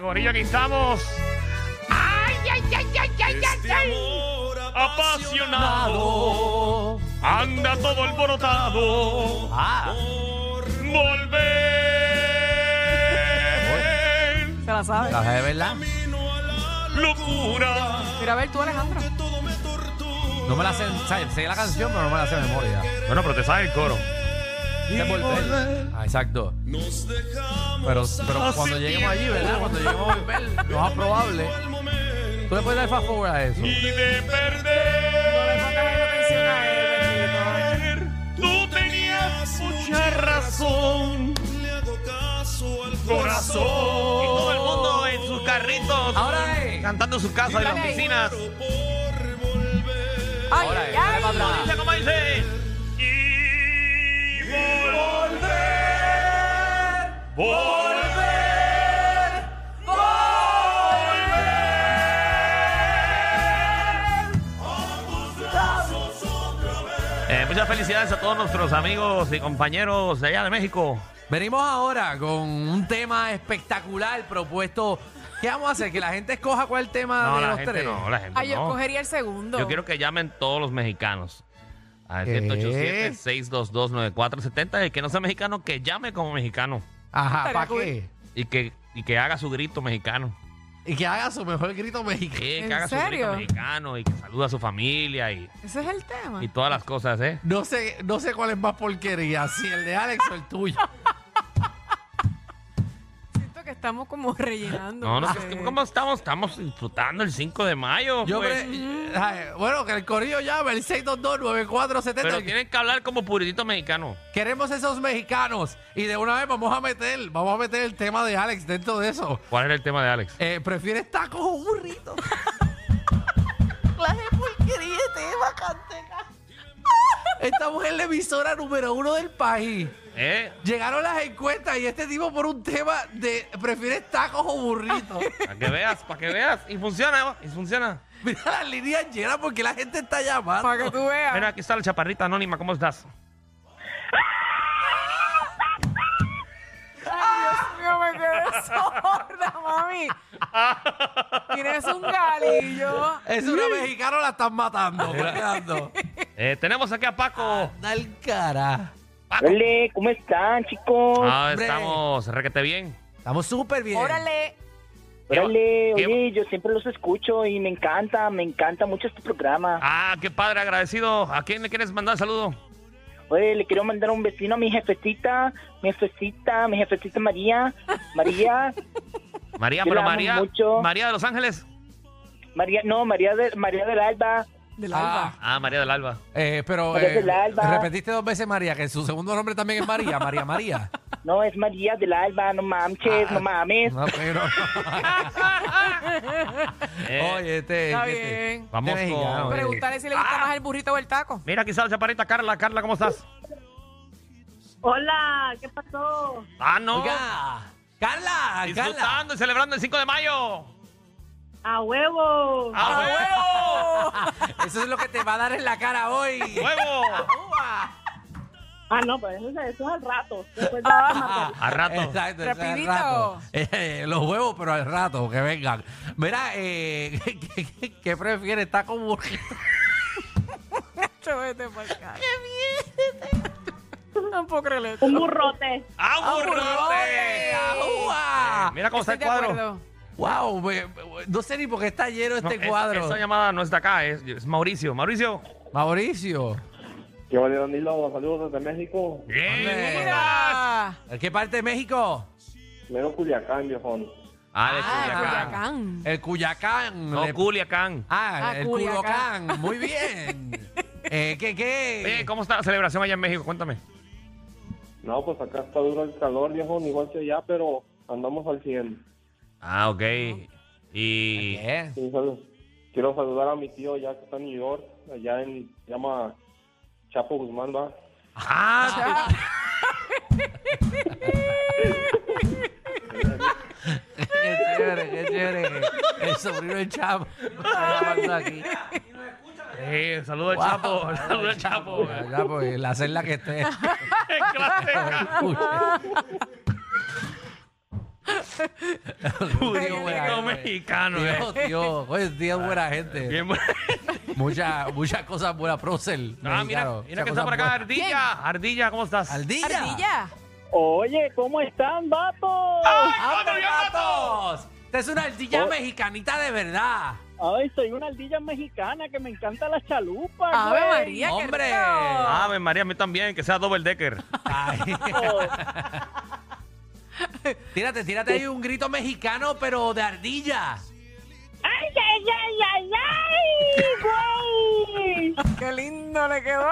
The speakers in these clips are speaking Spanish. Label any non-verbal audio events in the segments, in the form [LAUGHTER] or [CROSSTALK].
Corillo, aquí estamos. ¡Ay, ay, ay, ay, ay, Este ay! ay. Este Apasionado, anda todo alborotado. Ah, Volver, Se la sabe. la de verdad. locura. Mira, a ver tú, Alejandro. No me la sé, o sea, sé la canción, pero no me la sé de memoria. Bueno, pero te sabes el coro. Sé volver. Ah, exacto. Pero, pero cuando lleguemos allí, ¿verdad? Cuando lleguemos a volver, lo más probable. Tú le puedes dar fast forward a eso. Y de perder, tú tenías mucha razón. Corazón. Y todo el mundo en sus carritos, Ahora es. cantando en sus casas, en las Dale. piscinas. Ay, Ahora es. ay, Dale para atrás. Dice, ¿Cómo dice? Y volver, volver. Eh, muchas felicidades a todos nuestros amigos y compañeros de allá de México. Venimos ahora con un tema espectacular propuesto. ¿Qué vamos a hacer? ¿Que la gente escoja cuál tema No, de la los gente tres? no, la gente Ay, yo no. escogería el segundo. Yo quiero que llamen todos los mexicanos. Al ¿Qué? 787-622-9470. El que no sea mexicano, que llame como mexicano. Ajá, ¿para Estaría cool. qué? Y que, y que haga su grito mexicano. Y que haga su mejor grito mexicano. Sí, ¿En que haga su grito serio? mexicano y que saluda a su familia y, Ese es el tema. y todas las cosas, ¿eh? No sé, no sé cuál es más porquería, si el de Alex o el [LAUGHS] tuyo. Siento que estamos como [LAUGHS] rellenando. No, no sé. sé, ¿cómo estamos? Estamos disfrutando el 5 de mayo. Yo pues. cre- ay, bueno, que el corillo llame, el 622-9470. Pero tienen que hablar como puritito mexicano. Queremos esos mexicanos. Y de una vez vamos a meter, vamos a meter el tema de Alex dentro de eso. ¿Cuál era el tema de Alex? Eh, ¿Prefieres tacos o [LAUGHS] burritos? este Estamos en la emisora número uno del país. ¿Eh? Llegaron las encuestas y este tipo por un tema de ¿prefieres tacos o [LAUGHS] burritos? Para que veas, para que veas. Y funciona, y funciona. Mira las líneas llenas porque la gente está llamando. Para que tú veas. Mira, aquí está la chaparrita anónima, ¿cómo estás? Ay, Dios mío, me [LAUGHS] quedé sorda, mami. Tienes un galillo. Es una mexicana, la están matando. [LAUGHS] Fernando. Eh, tenemos aquí a Paco. Dal cara. Hola, ¿cómo están, chicos? Ah, hombre. estamos, requete bien. Estamos súper bien. Órale. Órale, qué- oye, yo siempre los escucho y me encanta, me encanta mucho este programa. Ah, qué padre, agradecido. ¿A quién le quieres mandar saludo? Oye, le quiero mandar un vecino a mi jefecita, mi jefecita, mi jefecita María, [LAUGHS] María, María, Yo pero la amo María. mucho. María de Los Ángeles. María, no, María, de, María del Alba. Del Ah, alba. Ah, María [LAUGHS] del Alba. eh, pero María eh, del Alba. repetiste dos veces María, que su segundo nombre también es María, María María. No, es María del Alba, no mames, Ah, no mames. No, pero- Eh, Oye, este. Está este- bien. Vamos este mexicano, con- eh. Preguntarle si le Ah. gusta más el burrito o el taco. Mira, aquí está la chaparrita Carla. Carla, ¿cómo estás? Hola, ¿qué pasó? Ah, no. Oiga, Carla, Carla. Disfrutando y celebrando el 5 de mayo. A huevo. Ah, Ah. ¡A [LAUGHS] Eso es lo que te va a dar en la cara hoy. huevo! ¡Huevo! Ah, no, pero eso, es- eso es al rato. Pues Después de- [LAUGHS] A Ah, rato. Exacto, eso es al Rapidito. rato. Eh, los huevos, pero al rato, que vengan. Mira, eh, [LAUGHS] ¿qué, qué, qué prefieres? ¿Taco o [LAUGHS] burrito? Yo vete este para acá. [LAUGHS] No puedo creerlo. un burrote. ¡Aburrote! ¡Ajua! Eh, Mira cómo está Estoy el de cuadro. acuerdo. Wow, me- me- no sé ni por qué está lleno No, este es- cuadro. esa llamada no está acá, es, es Mauricio. Mauricio. Mauricio, Que vale, Danilo, saludos desde México. Hombre. ¿cómo estás? Mira. ¿en qué parte de México? Mero Culiacán, viejón. Ah, de Ah, Culiacán. Culiacán. El Cuyacán. No, Le- Culiacán. ah, Ah, el Culiacán. Culocán. Muy bien. eh, ¿Qué, qué? Oye, ¿cómo está la celebración allá en México? Cuéntame. No, pues acá está duro el calor, viejón, igual que allá, pero andamos al 100. Ah, ok. Y. ¿Qué? Sí, sal- Quiero saludar a mi tío ya que está en New York, allá en, se llama Chapo Guzmán, va. Ah, Qué chévere, qué chévere. El sobrino del Chapo. Está llamando aquí. sí, saludo al Wow. Chapo. [LAUGHS] Saludo al Chapo. [LAUGHS] Ya, ya, pues, la celda que esté. Clásica. Judío buena gente. mexicano, eh. Dios, Dios, oye, Dios, buena gente. Bien buena gente. Muchas muchas cosas buenas, Procel. Ah, mira, mexicano. mira Muchas que está por acá, cosas buenas. ¿Quién? Ardilla. Ardilla, ¿cómo estás? Ardilla. Ardilla. Oye, ¿cómo están, vatos? Ah. ¡Anda, gatos! Esta es una ardilla Oh. mexicanita de verdad. Ay, soy una aldilla mexicana que me encanta la chalupa. Ave María, qué Hombre. Ah. rico. Ave María, a mí también, que sea [LAUGHS] double decker. Ay. tírate, tírate ahí un grito mexicano, pero de ardilla. ¡Ay, ay, ay, ay, ay! güey! Qué lindo le [LAUGHS] quedó.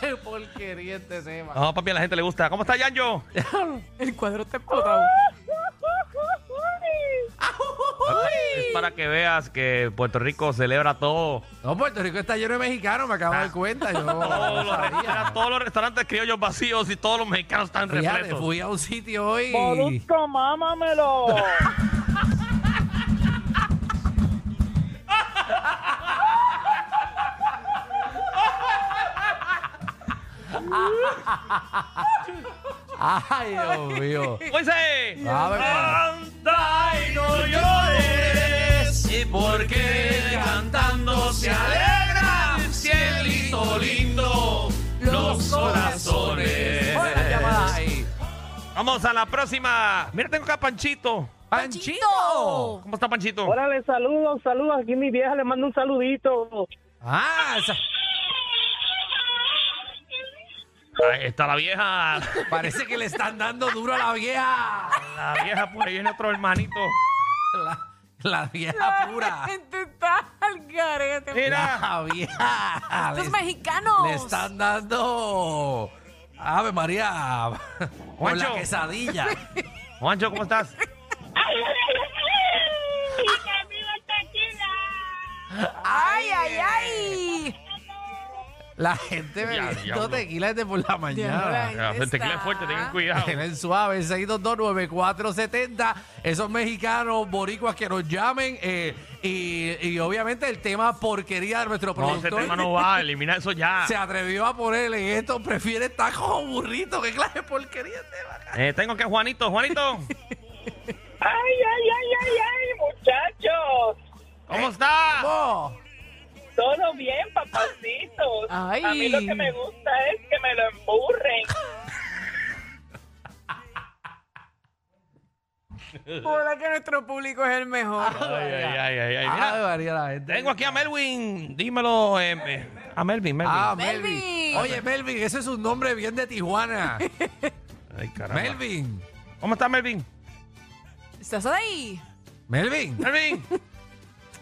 Ay, porquería este tema. No, papi, a la gente le gusta. ¿Cómo está, Yanjo? El cuadro está explotado. Es para que veas que Puerto Rico celebra todo. No, Puerto Rico está lleno de mexicanos, me acabo de dar cuenta. Yo Ah. [LAUGHS] no Todos los, sabía. restaurantes- todos los restaurantes criollos vacíos y todos los mexicanos están Fíjate, repletos. fui a un sitio hoy. Molusco, mámamelo. Ay, Dios mío. ¡Moisés! Ave María. Anda y no llores, y porque cantando se alegra cielito lindo los corazones. Oye, la llamada ahí. Vamos a la próxima. Mira, tengo acá a Panchito. ¡Panchito! ¿Cómo está Panchito? Órale, saludos, saludos. Aquí mi vieja le manda un saludito. Ah, esa- Ahí está la vieja. parece que le están dando duro a la vieja. La vieja, por ahí viene otro hermanito. La, la vieja La pura. gente está al garete. Mira. La vieja. Los Le- mexicanos. Le están dando. Ave María. [LAUGHS] Con la Juancho. [LAUGHS] quesadilla. Juancho, ¿cómo estás? ¡Ay, ay, ay! ¡Que viva el tequila! ¡Ay, ay, ay! La gente bebiendo diablo. tequila desde por la mañana. Diablo, Ahí El tequila está. es Ah, fuerte, tengan cuidado. Tienen suave, 6229470. Esos mexicanos, boricuas que nos llamen. eh, y, y obviamente el tema porquería de nuestro No, ese productor. tema no va, elimina eso ya. Se atrevió a ponerle esto. Prefiere tacos o burritos. ¿Qué clase de porquería este de tema? Eh, tengo que Juanito, Juanito. Ay, ay, ay, ay, ay, muchachos. [LAUGHS] ¿Cómo está? Oh, Todo bien, papacitos. Ay. A mí lo que me gusta es que me lo emburren. [LAUGHS] Hola, que nuestro público es el mejor. Ay, ay, ay, ay, ay. Ave Mira, María, la gente. tengo aquí a Melvin. Dímelo. eh, eh, a Melvin, Melvin. Ah, Melvin. Melvin. Oye, Melvin, ese es un nombre bien de [LAUGHS] Tijuana. Ay, caramba. Melvin. ¿Cómo está Melvin? ¿Estás ahí? Melvin. [LAUGHS] Melvin.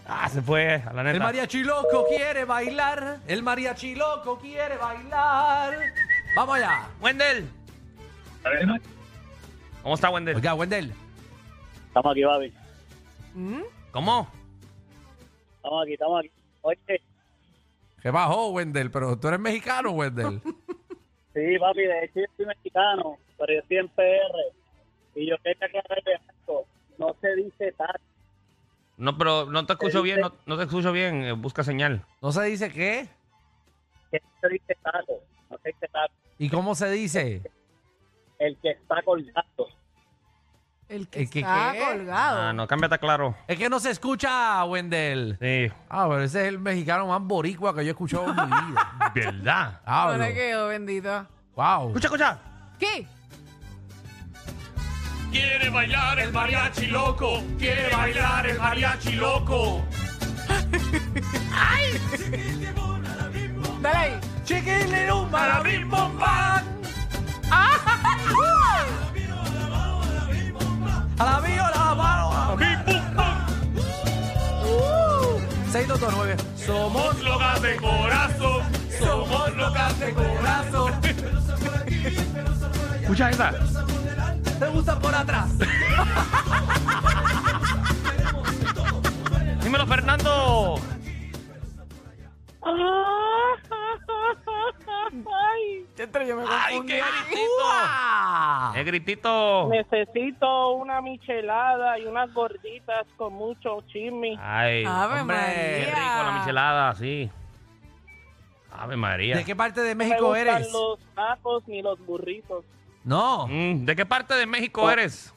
Ah, se fue, a la neta. El mariachi loco quiere bailar. El mariachi loco quiere bailar. Vamos allá. Wendell. ¿Cómo está Wendell? Oiga, Wendell. Estamos aquí, baby. ¿Mm? ¿Cómo? Estamos aquí, estamos aquí. Oye, ¿Qué bajó, Wendell? Pero tú eres mexicano, Wendell. sí, papi, de hecho yo soy mexicano, pero yo estoy en PR. Y yo quería aclararle algo. No se dice tal. No, pero no te escucho bien, no, no te escucho bien. eh, Busca señal. ¿No se dice qué? que no se dice taco, no se dice taco, ¿Y cómo se dice? el que está colgado. El ¿El que está qué? colgado. Ah, no, cámbiate a claro. Es que no se escucha, Wendell. Sí, Ah, pero ese es el mexicano más boricua que yo he escuchado en mi [LAUGHS] vida. verdad. Ahora Hablo. quedó, bendito. Wow. Escucha, escucha. ¿Qué? Quiere bailar el mariachi loco, quiere bailar el mariachi [LAUGHS] loco. Dale ahí. Chiquilín, un maravim, bom, bam. A la viola, vamos. Uh. 6229. Somos locas de corazón. Somos locas de corazón. Escucha esa. Te gusta por [LAUGHS] atrás. Dímelo, Fernando. Ay, Chentro, yo me ¡Ay, confundí. qué gritito! ¡Ua! ¡Qué gritito! necesito una michelada y unas gorditas con mucho chisme. ¡Ay! Ave Hombre, ¡Qué María. rico la michelada, sí! ¡Ave María! ¿De qué parte de No me México gustan eres? los tacos ni los burritos. No. Mm, ¿De qué parte de México eres?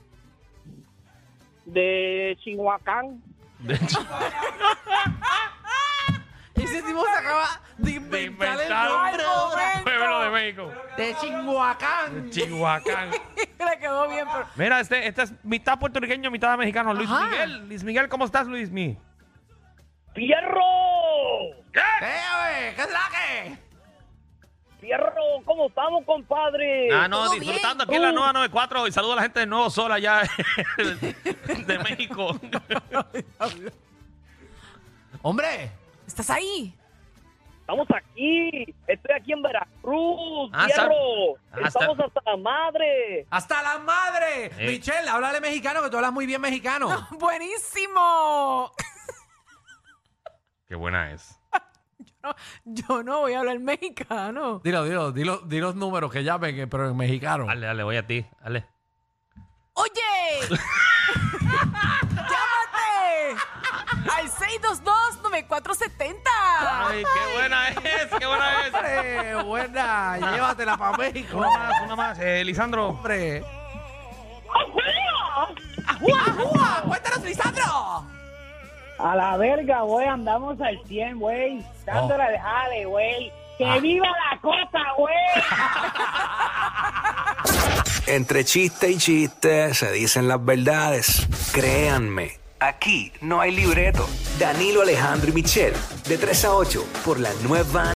De Chihuacán. De hecho, Ese tipo se acaba de inventar, inventar un el nombre ahora. pueblo de México. De Chinguacán. Chihuacán. [LAUGHS] Le quedó bien, pero... Mira, este, este es mitad puertorriqueño, mitad mexicano. Luis Ajá. Miguel. Luis Miguel, ¿cómo estás, Luis Mi? ¡Fierro! ¡Eh, oye! ¿Qué es la que? ¡Fierro! ¿Cómo estamos, compadre? Ah, no, todo disfrutando bien. aquí en la Uh. nueva 94 y saludo a la gente de Nuevo Sol allá [LAUGHS] de, de México. Hombre. ¿Estás ahí? Estamos aquí. Estoy aquí en Veracruz. Ah, está- ¡Fierro! ah, está- Estamos hasta la madre. ¡Hasta la madre! Eh. Michelle, háblale mexicano, que tú hablas muy bien mexicano. ¡Buenísimo! [LAUGHS] Qué buena es. No, yo no voy a hablar mexicano. Dilo, dilo, dilo, dilo los números que llamen, que- pero en mexicano. Dale, dale, voy a ti. Dale. ¡Oye! [LAUGHS] ¡Llámate! ¡Al 622-9470! Ay, qué buena es, qué [LAUGHS] buena es. ¡Hombre, buena! Llévatela para México. Una más, una más. Eh, Lisandro. ¡Hombre! ¡Ajúa! ¡Cuéntanos, Lisandro! A la verga, güey, andamos al 100, güey. Dándole al jale, güey. ¡Que viva la cosa, güey! Entre chiste y chiste se dicen las verdades. Créanme, aquí no hay libreto. Danilo Alejandro y Michel, de 3 a 8, por la nueva